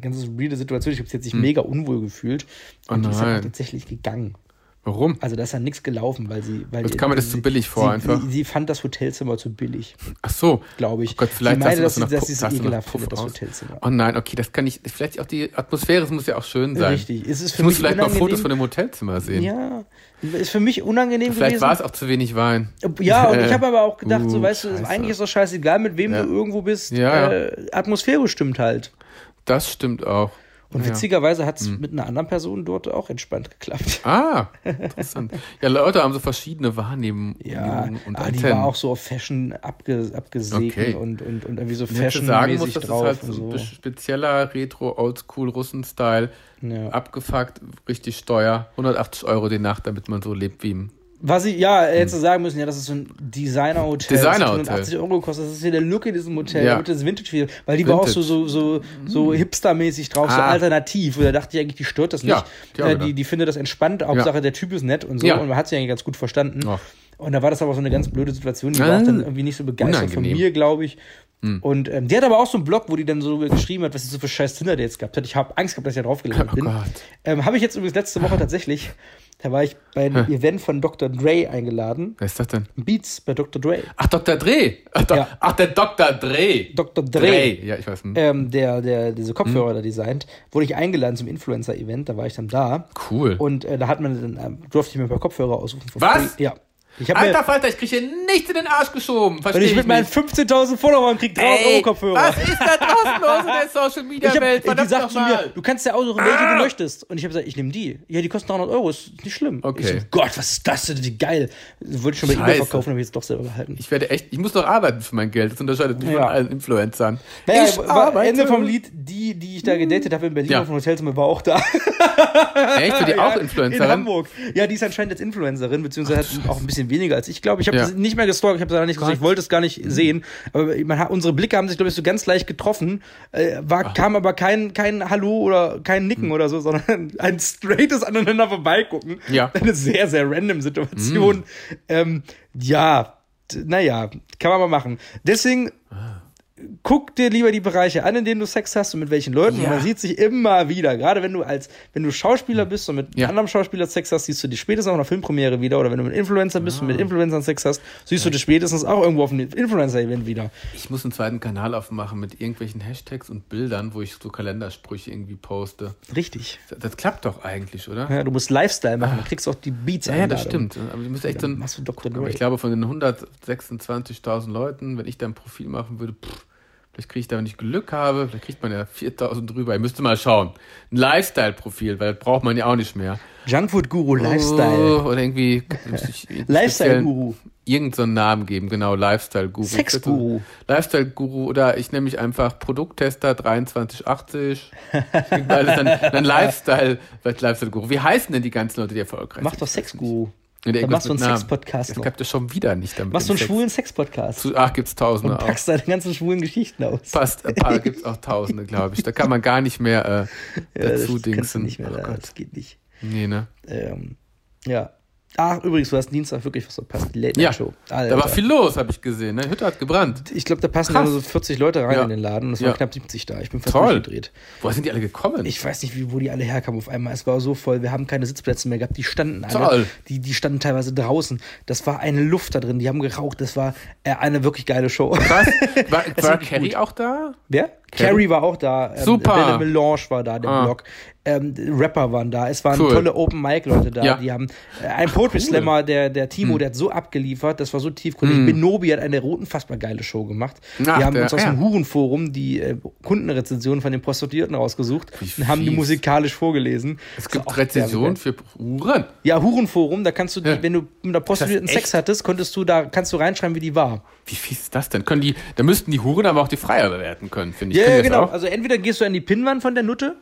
ganz weirde Situation. Ich habe jetzt nicht mega unwohl gefühlt. Mhm. Oh Und die ist dann auch nein. tatsächlich gegangen. Warum? Also da ist dann nichts gelaufen, weil sie. Weil Jetzt kam mir das zu billig vor, sie, einfach. Sie, sie fand das Hotelzimmer zu billig, Ach so. glaube ich. Oh Gott, vielleicht sie sahst meinte, du dass, sie, das nach dass Puff- sie es sahst du nach ekelhaft Puff findet, das aus? Hotelzimmer. Oh nein, okay, das kann ich. Vielleicht auch die Atmosphäre, es muss ja auch schön sein. Richtig. Es ist Ich für muss mich vielleicht mal unangenehm- Fotos von dem Hotelzimmer sehen. Ja, ist für mich unangenehm vielleicht war gewesen. es auch zu wenig Wein. Ja, und <laughs> ich Äh, habe aber auch gedacht, so uh, weißt du, scheiße. eigentlich ist das scheißegal, mit wem Ja. du irgendwo bist. Ja. Äh, Atmosphäre stimmt halt. Das stimmt auch. Und Ja. Hm. witzigerweise hat es mit einer anderen Person dort auch entspannt <laughs> geklappt. Ah, interessant. Ja, Leute haben so verschiedene Wahrnehmungen Ja, und ah, die Antennen. war auch so auf Fashion abge, abgesegnet Okay. und, und, und irgendwie so Ich hätte sagen muss, fashionmäßig das ist drauf. halt und so ein so. bisschen spezieller Retro, Oldschool, Russen-Style. Ja. Abgefuckt, richtig Steuer. 180 Euro die Nacht, damit man so lebt wie im. Was ich, ja, hätte sagen müssen, ja, das ist so ein Designer-Hotel. Designer-Hotel. 80 Euro gekostet. Das ist hier der Look in diesem Hotel, Ja. damit das Vintage wieder. Weil die war auch so, Vintage. Mhm. so, so, so hipstermäßig drauf, so Ah. alternativ. Und da dachte ich eigentlich, die stört das nicht. Ja, die die, auch äh, gedacht. die, die findet das entspannt. Hauptsache, der Typ ist nett und so. Ja. Und man hat sie eigentlich ganz gut verstanden. Ja. Und da war das aber so eine ganz blöde Situation. Die war auch Ah. dann irgendwie nicht so begeistert Unangenehm. von mir, glaube ich. Hm. Und ähm, die hat aber auch so einen Blog, wo die dann so geschrieben hat, was sie so für scheiß Tinder-Dates gehabt hat. Ich habe Angst gehabt, dass ich da draufgelandet Oh bin. Gott. Ähm, habe ich jetzt übrigens letzte Woche tatsächlich, da war ich bei einem Event von Dr. Dre eingeladen. Wer ist das denn? Beats bei Dr. Dre. Ach, Dr. Dre. Ach, do- Ja. Ach der Dr. Dre. Dr. Dre, Dre. Hm. Ja, ich weiß. Hm. Ähm, der, der diese Kopfhörer da designt, wurde ich eingeladen zum Influencer-Event, da war ich dann da. Cool. Und äh, da hat man dann, ähm, durfte ich mir ein paar Kopfhörer aussuchen. for Was? free. Ja. Ich hab Alter mir, Falter, ich kriege hier nichts in den Arsch geschoben. wenn Verstehe ich mit meinen nicht. 15.000 Followern krieg 1000 Euro Ey, Kopfhörer. Was ist da draußen los <laughs> in der Social Ich Media hab, Welt? ey, die Verdammt Ah! sagt zu mir, nochmal. du kannst ja aussuchen, welche du möchtest. Und ich habe gesagt, ich nehme die. Ja, die kosten 300 Euro, ist nicht schlimm. Okay. Ich so, Gott, was ist das denn? Wie geil. Wollte ich schon bei eBay Scheiße. verkaufen, habe ich jetzt doch selber behalten. Ich werde echt, ich muss doch arbeiten für mein Geld. Das unterscheidet mich Ja. von allen Influencern. Naja, ich war, Ende vom Lied, die, die ich da gedatet habe in Berlin Ja. auf dem Hotelzimmer, war auch da. Echt? <laughs> Für die auch In Influencerin? Hamburg. Ja, die ist anscheinend jetzt Influencerin, beziehungsweise hat auch ein bisschen weniger als ich, glaube ich. Ich habe Ja. Mhm. das nicht mehr gestalkt, ich habe da nicht gesehen, ich wollte es gar nicht sehen. Aber man hat, unsere Blicke haben sich, glaube ich, so ganz leicht getroffen. Äh, war, kam aber kein, kein Hallo oder kein Nicken Mhm. oder so, sondern <laughs> ein straightes Aneinander vorbeigucken. Ja. <laughs> Mhm. Eine sehr, sehr random Situation. Ähm, ja, d- naja, kann man mal machen. Deswegen guck dir lieber die Bereiche an, in denen du Sex hast und mit welchen Leuten. Ja. Man sieht sich immer wieder. Gerade wenn du als, wenn du Schauspieler bist und mit Ja. anderem Schauspieler Sex hast, siehst du dich spätestens auch auf einer Filmpremiere wieder. Oder wenn du mit Influencer bist und mit Ah. Influencern Sex hast, siehst du dich spätestens auch irgendwo auf einem Influencer-Event wieder. Ich muss einen zweiten Kanal aufmachen mit irgendwelchen Hashtags und Bildern, wo ich so Kalendersprüche irgendwie poste. Richtig. Das, das klappt doch eigentlich, oder? Ja, du musst Lifestyle machen, du kriegst auch die Beats Ja, ja, das stimmt. Aber ich muss echt so ein, Machst du Dr. aber Dre. ich glaube, von den 126.000 Leuten, wenn ich da ein Profil machen würde, pff, vielleicht kriege ich da, wenn ich Glück habe, vielleicht kriegt man ja 4.000 drüber. Ihr müsst mal schauen. Ein Lifestyle-Profil, weil das braucht man ja auch nicht mehr. Junkfood-Guru Lifestyle. Oh, oder irgendwie. <laughs> Lifestyle-Guru. Irgend so einen Namen geben, genau, Lifestyle-Guru. Sex-Guru. Lifestyle-Guru oder ich nehme mich einfach Produkttester 2380. Alles dann, dann Lifestyle, vielleicht Lifestyle-Guru. Wie heißen denn die ganzen Leute, die erfolgreich Mach sind? doch Sex-Guru. Nee, der Dann machst du einen irgendwas mit Namen. Sex-Podcast Das noch. klappt ja schon wieder nicht damit. Machst du dem einen Sex. schwulen Sex-Podcast Zu- Ach, gibt's tausende und auch. packst deine ganzen schwulen Geschichten aus. Passt, ein paar gibt's auch tausende, glaube ich. Da kann man gar nicht mehr äh, <laughs> Ja, das kannst dazu du dingsen. nicht mehr, oh da, Gott. das geht nicht. Nee, ne? Ähm, ja. Ach, übrigens, du hast Dienstag wirklich was verpasst. Die Late Ja, Night Show. da war viel los, habe ich gesehen. Ne? Hütte hat gebrannt. ich glaube, da passen Krass. nur so 40 Leute rein Ja. in den Laden und es Ja. waren knapp 70 da. Ich bin fast Toll. durchgedreht. Woher sind die alle gekommen? Ich weiß nicht, wie, wo die alle herkamen auf einmal. Es war so voll. Wir haben keine Sitzplätze mehr gehabt. Die standen alle. Toll. Die, die standen teilweise draußen. Das war eine Luft da drin. Die haben geraucht. Das war äh, eine wirklich geile Show. <laughs> Was? War, war wirklich Carrie auch da? Wer? Carrie. Carrie war auch da. Ähm, Super. Belle Melange war da, der Ah. Blog. Ähm, Rapper waren da. Es waren Cool. tolle Open-Mic-Leute da. Ja. Ah, Hm. Die haben äh, ein Poetry Slammer, der, der Timo, der hat so abgeliefert. Das war so tiefgründig. Benobi hat eine der roten fassbar geile Show gemacht. Ach, die haben der- ah, uns aus ja. dem Hurenforum die äh, Kundenrezensionen von den Prostituierten rausgesucht Wie und haben die fies. musikalisch vorgelesen. Das Es war gibt auch sehr Rezession geil. für Uhren. Ja, Hurenforum, da kannst du, die- Ja. wenn du mit einer Prostituierten echt? Sex hattest, konntest du da, kannst du reinschreiben, wie die war. Wie fies ist das denn? Können die, da müssten die Huren aber auch die Freier bewerten können, finde ich. Ja, Können ja die das genau. auch? Also entweder gehst du an die Pinnwand von der Nutte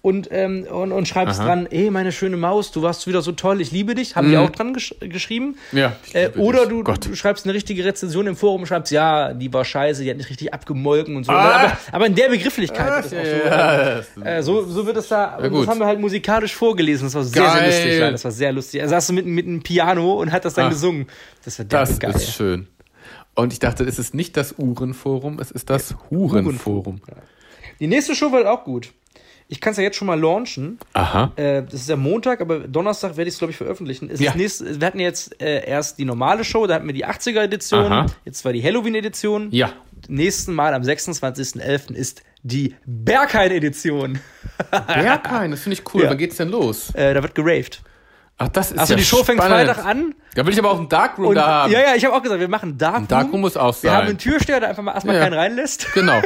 und, ähm, und, und schreibst Aha. Mhm. dran, ey, meine schöne Maus, du warst wieder so toll, ich liebe dich, haben die auch dran gesch geschrieben. Ja, ich Äh, liebe oder dich. du, Gott. du schreibst eine richtige Rezension im Forum und schreibst, ja, die war scheiße, die hat nicht richtig abgemolken und so. Ah. Aber, aber in der Begrifflichkeit wird das <laughs> auch so. Yes. Äh, so, so wird das da, und gut. das haben wir halt musikalisch vorgelesen. Das war sehr, Geil. sehr lustig. Ja, das war sehr lustig. Er saß so mitten mit einem Piano und hat das dann Ah. gesungen. Das war Das geil. ist schön. Und ich dachte, es ist nicht das Uhrenforum, es ist das Hurenforum. Die nächste Show wird auch gut. Ich kann es ja jetzt schon mal launchen. Aha. Äh, das ist ja Montag, aber Donnerstag werde ich es, glaube ich, veröffentlichen. Es Ja. ist nächst, wir hatten jetzt äh, erst die normale Show, da hatten wir die 80er-Edition, Aha. jetzt war die Halloween-Edition. Ja. Nächsten Mal am 26.11. ist die Berghain-Edition. Berghain, das finde ich cool. Ja. Wann geht's denn los? Äh, da wird geraved. Ach, das ist Also ja die Show fängt spannend. Freitag an. Da will ich aber auch einen Darkroom Und, da haben. ja, ja, ich habe auch gesagt, wir machen Darkroom. Darkroom muss auch wir haben einen sein. Türsteher, der einfach mal erstmal Ja. keinen reinlässt, <laughs> <laughs> Genau.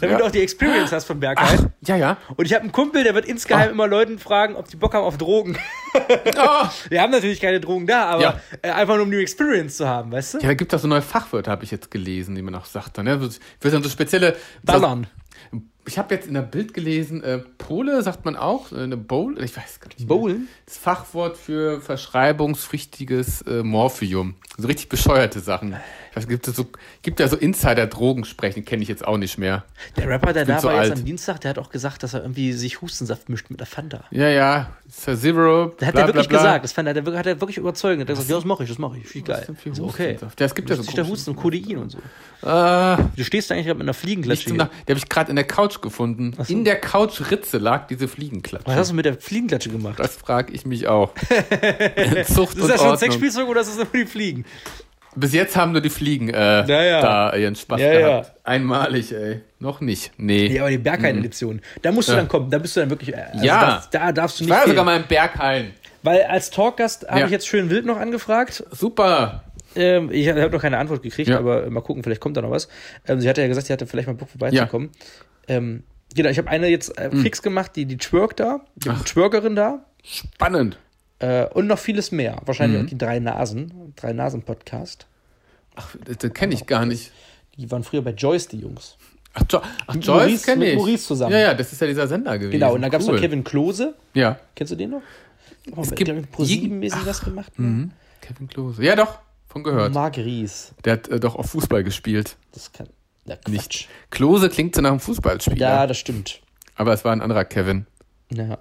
damit du auch die Experience hast von Ach, Berghain. ja, ja. Und ich habe einen Kumpel, der wird insgeheim Ah. immer Leuten fragen, ob die Bock haben auf Drogen. <laughs> Oh. Wir haben natürlich keine Drogen da, aber Ja. äh, einfach nur um die Experience zu haben, weißt du? Ja, da gibt es auch so neue Fachwörter, habe ich jetzt gelesen, die man auch sagt. Dann, ne? Wird dann so spezielle. Ballern. Ich habe jetzt in der Bild gelesen, äh, Pole sagt man auch, äh, eine Bowl, ich weiß gar nicht. mehr. Bowlen? Das Fachwort für verschreibungspflichtiges äh, Morphium. So richtig bescheuerte Sachen. Ich weiß, gibt es so, gibt ja so Insider-Drogen sprechen, kenne ich jetzt auch nicht mehr. Der Rapper, der da zu war jetzt alt. am Dienstag, der hat auch gesagt, dass er irgendwie sich Hustensaft mischt mit der Fanta. Ja, ja, ist ja Zero. Das hat bla, er wirklich bla, bla. gesagt. Das fand er, der, hat er wirklich überzeugend. Der hat gesagt, ja, das mache ich, das mache ich. Viel Was geil. denn für Ich so, okay. Hustensaft? Ja, es gibt ja so Richtig der komische- Husten und Codein und so. Ah, Du stehst da eigentlich gerade mit einer nicht Fliegenklatsche. zum hier. Nach- Die habe ich gerade in der Couch gefunden. In der Couchritze lag diese Fliegenklatsche. Was hast du mit der Fliegenklatsche gemacht? Das frage ich <laughs> mich auch. Zucht Ist und das schon ein Ordnung. Sexspielzeug oder ist das nur die Fliegen? Bis jetzt haben nur die Fliegen äh, Ja, ja. da ihren Spaß Ja, ja. gehabt. Einmalig, ey. Noch nicht. Nee. Nee, aber die Berghain-Edition. Da musst du Ja. dann kommen. Da bist du dann wirklich. äh, Also Ja. Das, da darfst du ich nicht. war ja fehlen. sogar mal im Berghain. Weil als Talkgast habe Ja. ich jetzt schön wild noch angefragt. Super. Ähm, ich habe noch keine Antwort gekriegt, Ja. aber mal gucken, vielleicht kommt da noch was. Ähm, sie hatte ja gesagt, sie hatte vielleicht mal Bock vorbeizukommen. Ähm, genau, ich habe eine jetzt äh, Hm. fix gemacht, die, die twerk da, die Twerkerin da Spannend. äh, und noch vieles mehr. Mhm. Wahrscheinlich auch die drei Nasen, drei Nasen Podcast. Ach, das kenne ich gar nicht. Die waren früher bei Joyce, die Jungs. Ach, jo Ach Mit Joyce Maurice- kenne mit ich. Maurice zusammen. Ja, ja, das ist ja dieser Sender gewesen. Genau, und da gab es Cool. noch Kevin Klose. Ja. Kennst du den noch? Oh, es gibt pro jeden- mäßig was gemacht. Ne? Hm? Kevin Klose. Ja, doch. Von gehört. Marc Ries. Der hat äh, doch auch Fußball gespielt. Das kann. Ja, Nicht. Quatsch. Klose klingt so nach einem Fußballspieler. Ja, das stimmt. Aber es war ein anderer Kevin. Ja.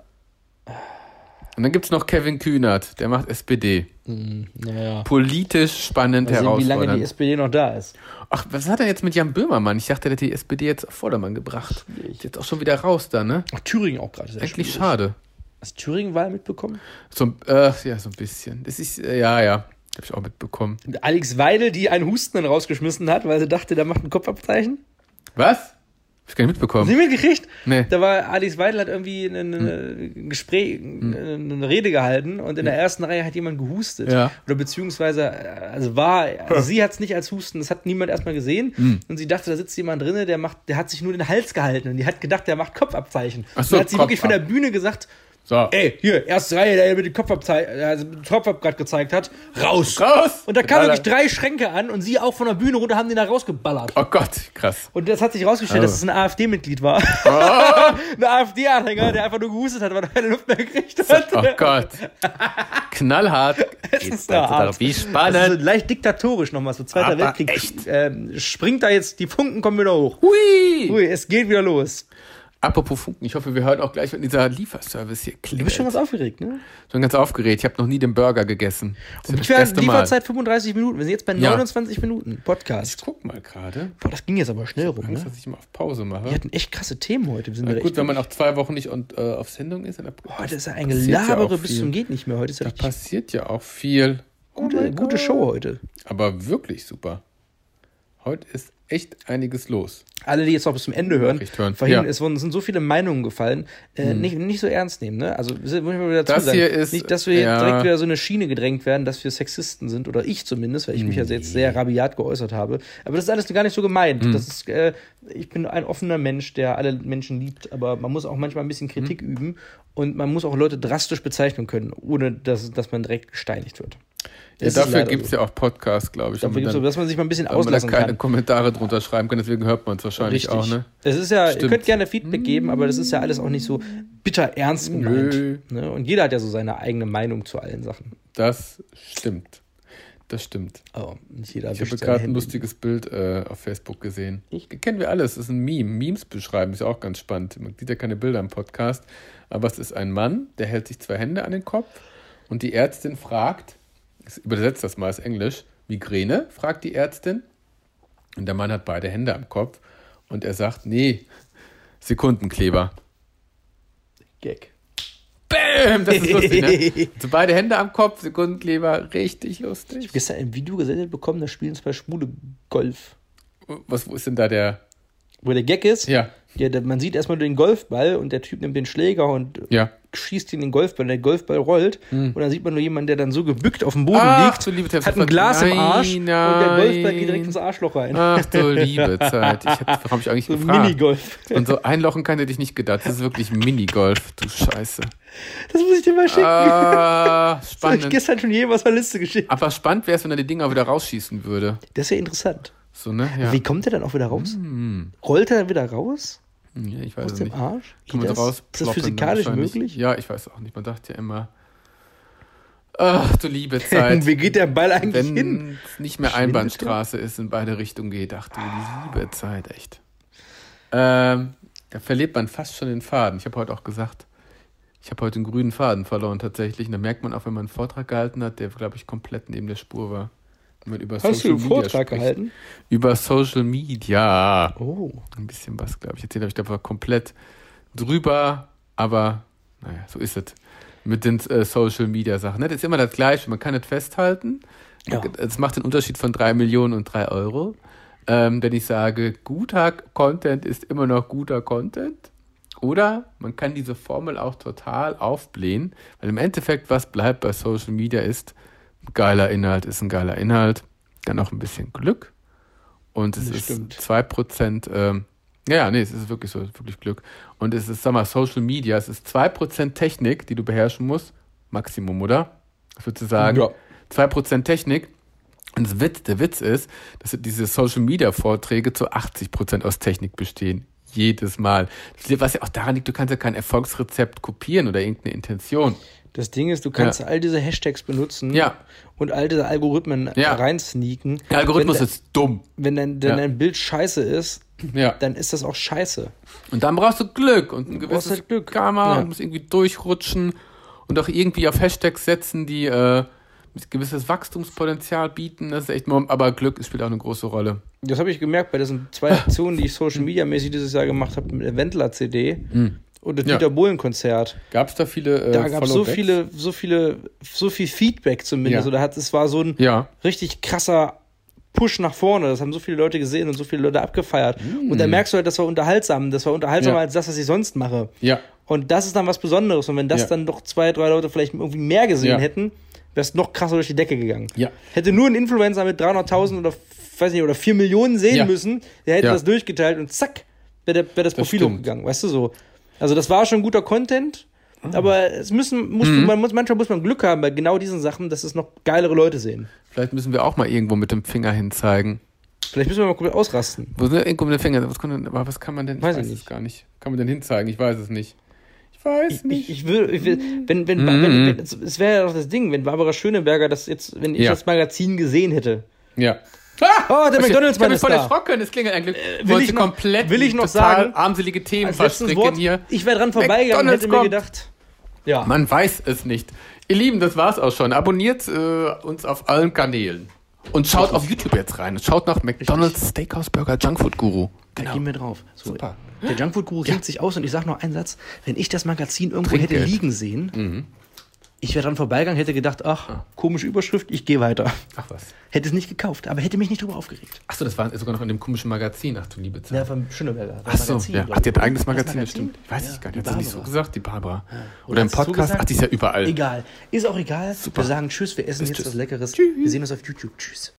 Und dann gibt es noch Kevin Kühnert. Der macht SPD. Naja. Politisch spannend Mal sehen, wie herausfordernd. lange die SPD noch da ist. Ach, was hat er jetzt mit Jan Böhmermann? Ich dachte, der hätte die SPD jetzt auf Vordermann gebracht. Ist jetzt auch schon wieder raus da, ne? Ach, Thüringen auch gerade. sehr Eigentlich schwierig. schade. Hast du Thüringen-Wahl mitbekommen? So, ein- äh, ja, so ein bisschen. Das ist, äh, ja, ja. Hab ich auch mitbekommen. Alex Weidel, die einen Husten dann rausgeschmissen hat, weil sie dachte, der macht ein Kopfabzeichen. Was? Hab ich gar nicht Sie mitbekommen. mitgekriegt? Nee. Hm. Da war Alex Weidel hat irgendwie ein ein Gespräch, eine Rede gehalten und in der ersten Reihe hat jemand gehustet. Ja. Oder beziehungsweise, äh, also war, also sie hat es nicht als Husten, das hat niemand erstmal gesehen. Hm. Und sie dachte, da sitzt jemand drinne, der macht, der hat sich nur den Hals gehalten und die hat gedacht, der macht Kopfabzeichen. Ach so, und dann hat sie Kopf wirklich von ab. der Bühne gesagt, So. Ey, hier, erste Reihe, der mir den Kopf abzei- also den Kopf ab grad gezeigt hat, raus. Raus! Und da kamen wirklich Geballert. drei Schränke an und sie auch von der Bühne runter haben den da rausgeballert. Oh Gott, krass. Oh Und das hat sich rausgestellt, Also. dass es ein AfD-Mitglied <laughs> war. ein AfD-Anhänger, der einfach nur gehustet hat, weil er keine Luft mehr gekriegt hat. Oh Gott. Knallhart. Geht's ist da weiter hart. darauf. Wie Also spannend. so leicht diktatorisch nochmal, so Zweiter Aber Weltkrieg. echt. Ähm, springt da jetzt, die Funken kommen wieder hoch. Hui! Ui, es geht wieder los. Apropos Funken, ich hoffe, wir hören auch gleich, wenn dieser Lieferservice hier Du klingelt. bist Ich schon was aufgeregt, ne? bin ganz aufgeregt. Ich habe noch nie den Burger gegessen. Das Und ist ich das erste Mal. Lieferzeit 35 Minuten. Wir sind jetzt bei Ja. 29 Minuten Ich Podcast. guck mal gerade. Boah, das ging jetzt aber schnell rum, Angst, ne? dass ich mal auf Pause Wir mache. hatten echt krasse Themen heute. Wir sind Na wieder gut, echt wenn man auch zwei Wochen nicht und, äh, auf Sendung ist. Dann Heute ist ja ein passiert ja Gelabere auch bis viel. zum geht nicht mehr. Heute ist ja Da richtig passiert ja auch viel. Oh gute, mein gute Gott. Show heute. Aber wirklich super. Heute ist echt einiges los. Alle, die jetzt noch bis zum Ende hören, Nachricht hören, vorhin ja. Hm. es wurden, sind so viele Meinungen gefallen, äh, nicht, nicht so ernst nehmen. Ne? Also muss ich mal wieder dazu Das sagen, hier ist- nicht, dass wir ja. direkt wieder so eine Schiene gedrängt werden, dass wir Sexisten sind oder ich zumindest, weil ich mich ja jetzt sehr rabiat geäußert habe. Aber das ist alles gar nicht so gemeint. Hm. Das ist, äh, ich bin ein offener Mensch, der alle Menschen liebt, aber man muss auch manchmal ein Hm. bisschen Kritik üben und man muss auch Leute drastisch bezeichnen können, ohne dass, dass man direkt gesteinigt wird. Ja, Es ist dafür leider gibt es so. ja auch Podcasts, glaube ich. Dafür wenn man gibt's so, dann- dass man sich mal ein bisschen wenn man da auslassen keine kann. Kommentare drunter schreiben kann, deswegen hört man es wahrscheinlich auch, ne? Das ist ja, ihr Stimmt. könnt gerne Feedback geben, aber das ist ja alles auch nicht so bitter ernst Nö. gemeint. Ne? Und jeder hat ja so seine eigene Meinung zu allen Sachen. Das stimmt. Das stimmt. Aber nicht jeder Ich wischt habe seine gerade ein Hände. lustiges Bild äh, auf Facebook gesehen. Ich? Kennen wir alles. Das ist ein Meme. Memes beschreiben ist ja auch ganz spannend. Man sieht ja keine Bilder im Podcast. Aber es ist ein Mann, der hält sich zwei Hände an den Kopf und die Ärztin fragt, ich übersetze das mal ins Englisch, Migräne, fragt die Ärztin. Und der Mann hat beide Hände am Kopf und er sagt, nee, Sekundenkleber. <laughs> Gag. Bäm, das ist lustig, ne? So beide Hände am Kopf, Sekundenkleber, richtig lustig. Gestern ein Video gesendet bekommen, da spielen zwei Schwule Golf. Was, wo ist denn da der? Wo der Gag ist, Ja, ja, da- man sieht erstmal den Golfball und der Typ nimmt den Schläger und ja. Hm. schießt ihn in den Golfball und der Golfball rollt und dann sieht man nur jemanden, der dann so gebückt auf dem Boden Ach, liegt, du liebe Zeit, hat ein das- Glas im Arsch Nein, und der Golfball nein. Ah, geht direkt ins Arschloch rein. <laughs> Ach du liebe Zeit. Ich hab, warum hab ich eigentlich so gefragt? Minigolf. Und so einlochen kann hätte ich nicht gedacht. Das ist wirklich Minigolf. Du Scheiße. Das muss ich dir mal schicken. das Ah, habe ich spannend. gestern schon jedem aus der Liste geschickt. Aber spannend wäre es, wenn er die Dinger wieder rausschießen würde. Das ist ja interessant. So, ne? Ah. Ja. Wie kommt der dann auch wieder raus? Rollt er dann wieder raus? Hm, Ja, ich weiß Aus es dem nicht. Arsch? Kann man Geht so das? Ist das rausploppen, physikalisch wahrscheinlich. möglich? Ja, ich weiß auch nicht. Man dachte ja immer, ach <laughs> du liebe Zeit. Wie geht der Ball eigentlich hin? Wenn es nicht mehr Schwindet Einbahnstraße ist, in beide Richtungen geht. Ach du Ah. liebe Zeit, echt. Ähm, da verliert man fast schon den Faden. Ich habe heute auch gesagt, ich habe heute den grünen Faden verloren tatsächlich. Und da merkt man auch, wenn man einen Vortrag gehalten hat, der, glaube ich, komplett neben der Spur war. Wenn man über Hast du Social einen Media Vortrag spricht. gehalten? Über Social Media. Oh. Ein bisschen was, glaube ich. Erzählt habe ich da war komplett drüber, aber naja, so ist es. Mit den äh, Social Media Sachen. ne? Das ist immer das Gleiche. Man kann es festhalten. Ja. Es macht den Unterschied von 3 Millionen und 3 Euro. Ähm, denn ich sage, guter Content ist immer noch guter Content. Oder man kann diese Formel auch total aufblähen, weil im Endeffekt, was bleibt bei Social Media ist, ein geiler Inhalt ist ein geiler Inhalt, dann auch ein bisschen Glück. Und es Das ist stimmt. 2%, ähm, ja, nee, es ist wirklich so, wirklich Glück. Und es ist, sag mal, Social Media, es ist 2% Technik, die du beherrschen musst, Maximum, oder? Was würdest du sagen? Ja. 2% Technik. Und das Witz, der Witz ist, dass diese Social Media Vorträge zu 80% aus Technik bestehen. Jedes Mal. Was ja auch daran liegt, du kannst ja kein Erfolgsrezept kopieren oder irgendeine Intention. Das Ding ist, du kannst all diese Hashtags benutzen Ja. und all diese Algorithmen Ja. reinsneaken. Der Algorithmus wenn, ist dumm. Wenn dein, wenn Ja. dein Bild scheiße ist, Ja. dann ist das auch scheiße. Und dann brauchst du Glück und ein brauchst gewisses halt Glück. Karma Ja. und musst irgendwie durchrutschen und auch irgendwie auf Hashtags setzen, die äh, ein gewisses Wachstumspotenzial bieten. Das ist echt, aber Glück spielt auch eine große Rolle. Das habe ich gemerkt bei diesen zwei Ah. Aktionen, die ich Social Media mäßig dieses Jahr gemacht habe, mit der Wendler-CD und das Hm. Ja. Dieter Bohlen-Konzert. Gab es da viele äh, Da gab es so Followbacks? viele, so viele, so viel Feedback zumindest. Ja. Oder hat, es war so ein Ja. richtig krasser Push nach vorne. Das haben so viele Leute gesehen und so viele Leute abgefeiert. Und da merkst du halt, das war unterhaltsam. Das war unterhaltsamer Mm. Ja. als das, was ich sonst mache. Ja. Und das ist dann was Besonderes. Und wenn das Ja. dann doch zwei, drei Leute vielleicht irgendwie mehr gesehen Ja. hätten, wäre es noch krasser durch die Decke gegangen. Ja. Hätte nur ein Influencer mit 300.000 oder weiß nicht, oder 4 Millionen sehen Ja. müssen, der hätte Ja. das durchgeteilt und zack, wäre wär das Profil stimmt. hochgegangen, weißt du so. Also das war schon guter Content, Aber es müssen, muss, Mhm. man muss, manchmal muss man Glück haben bei genau diesen Sachen, dass es noch geilere Leute sehen. Vielleicht müssen wir auch mal irgendwo mit dem Finger hinzeigen. Vielleicht müssen wir mal komplett ausrasten. Wo sind irgendwo mit dem Finger? Was kann, denn, aber was kann man denn? Weiß ich es nicht. gar nicht. Kann man denn hinzeigen? Ich weiß es nicht. Ich weiß Ich, nicht. ich, ich will, ich will wenn, wenn, Mhm. wenn, wenn, es, es wäre ja doch das Ding, wenn Barbara Schöneberger das jetzt, wenn ich Ja. das Magazin gesehen hätte. ja. Ah! Oh, der McDonald's Ich- Ich hab Mann mich ist voll da. Äh, erschrocken. Es klingelt eigentlich. will Wollte ich noch- komplett will ich noch total sagen, armselige Themen Als letztes verstricken Wort, hier. ich wäre dran vorbeigegangen und McDonald's hätte mir kommt. gedacht. Ja. Man weiß es nicht. Ihr Lieben, das war's auch schon. Abonniert äh, uns auf allen Kanälen. Und schaut auf YouTube jetzt rein. Schaut nach McDonald's Steakhouse Burger Junkfood Guru. Da gehen wir drauf. So, Super. Der Junkfood Guru kennt sich aus und ich sage noch einen Satz. Wenn ich das Magazin irgendwo hätte Trinkgeld. liegen sehen, Mhm. ich wäre dran vorbeigegangen, hätte gedacht, Ah. ach, komische Überschrift, ich gehe weiter. Ach was. Hätte es nicht gekauft, aber hätte mich nicht drüber aufgeregt. Achso, das war sogar noch in dem komischen Magazin. Ach du liebe Zeit. Ja, von Schöneberger. Ach so, ja. Ach, die hat ein eigenes Magazin, das Magazin? stimmt. Ich weiß Ja, nicht gar die nicht. Hat sie nicht so Barbara. gesagt, die Barbara. Oder, Oder im hat sie so Podcast. gesagt? Ach, die ist ja überall. Egal. Ist auch egal. Wir sagen Tschüss, wir essen jetzt tschüss. was Leckeres. Wir sehen uns auf YouTube. Tschüss.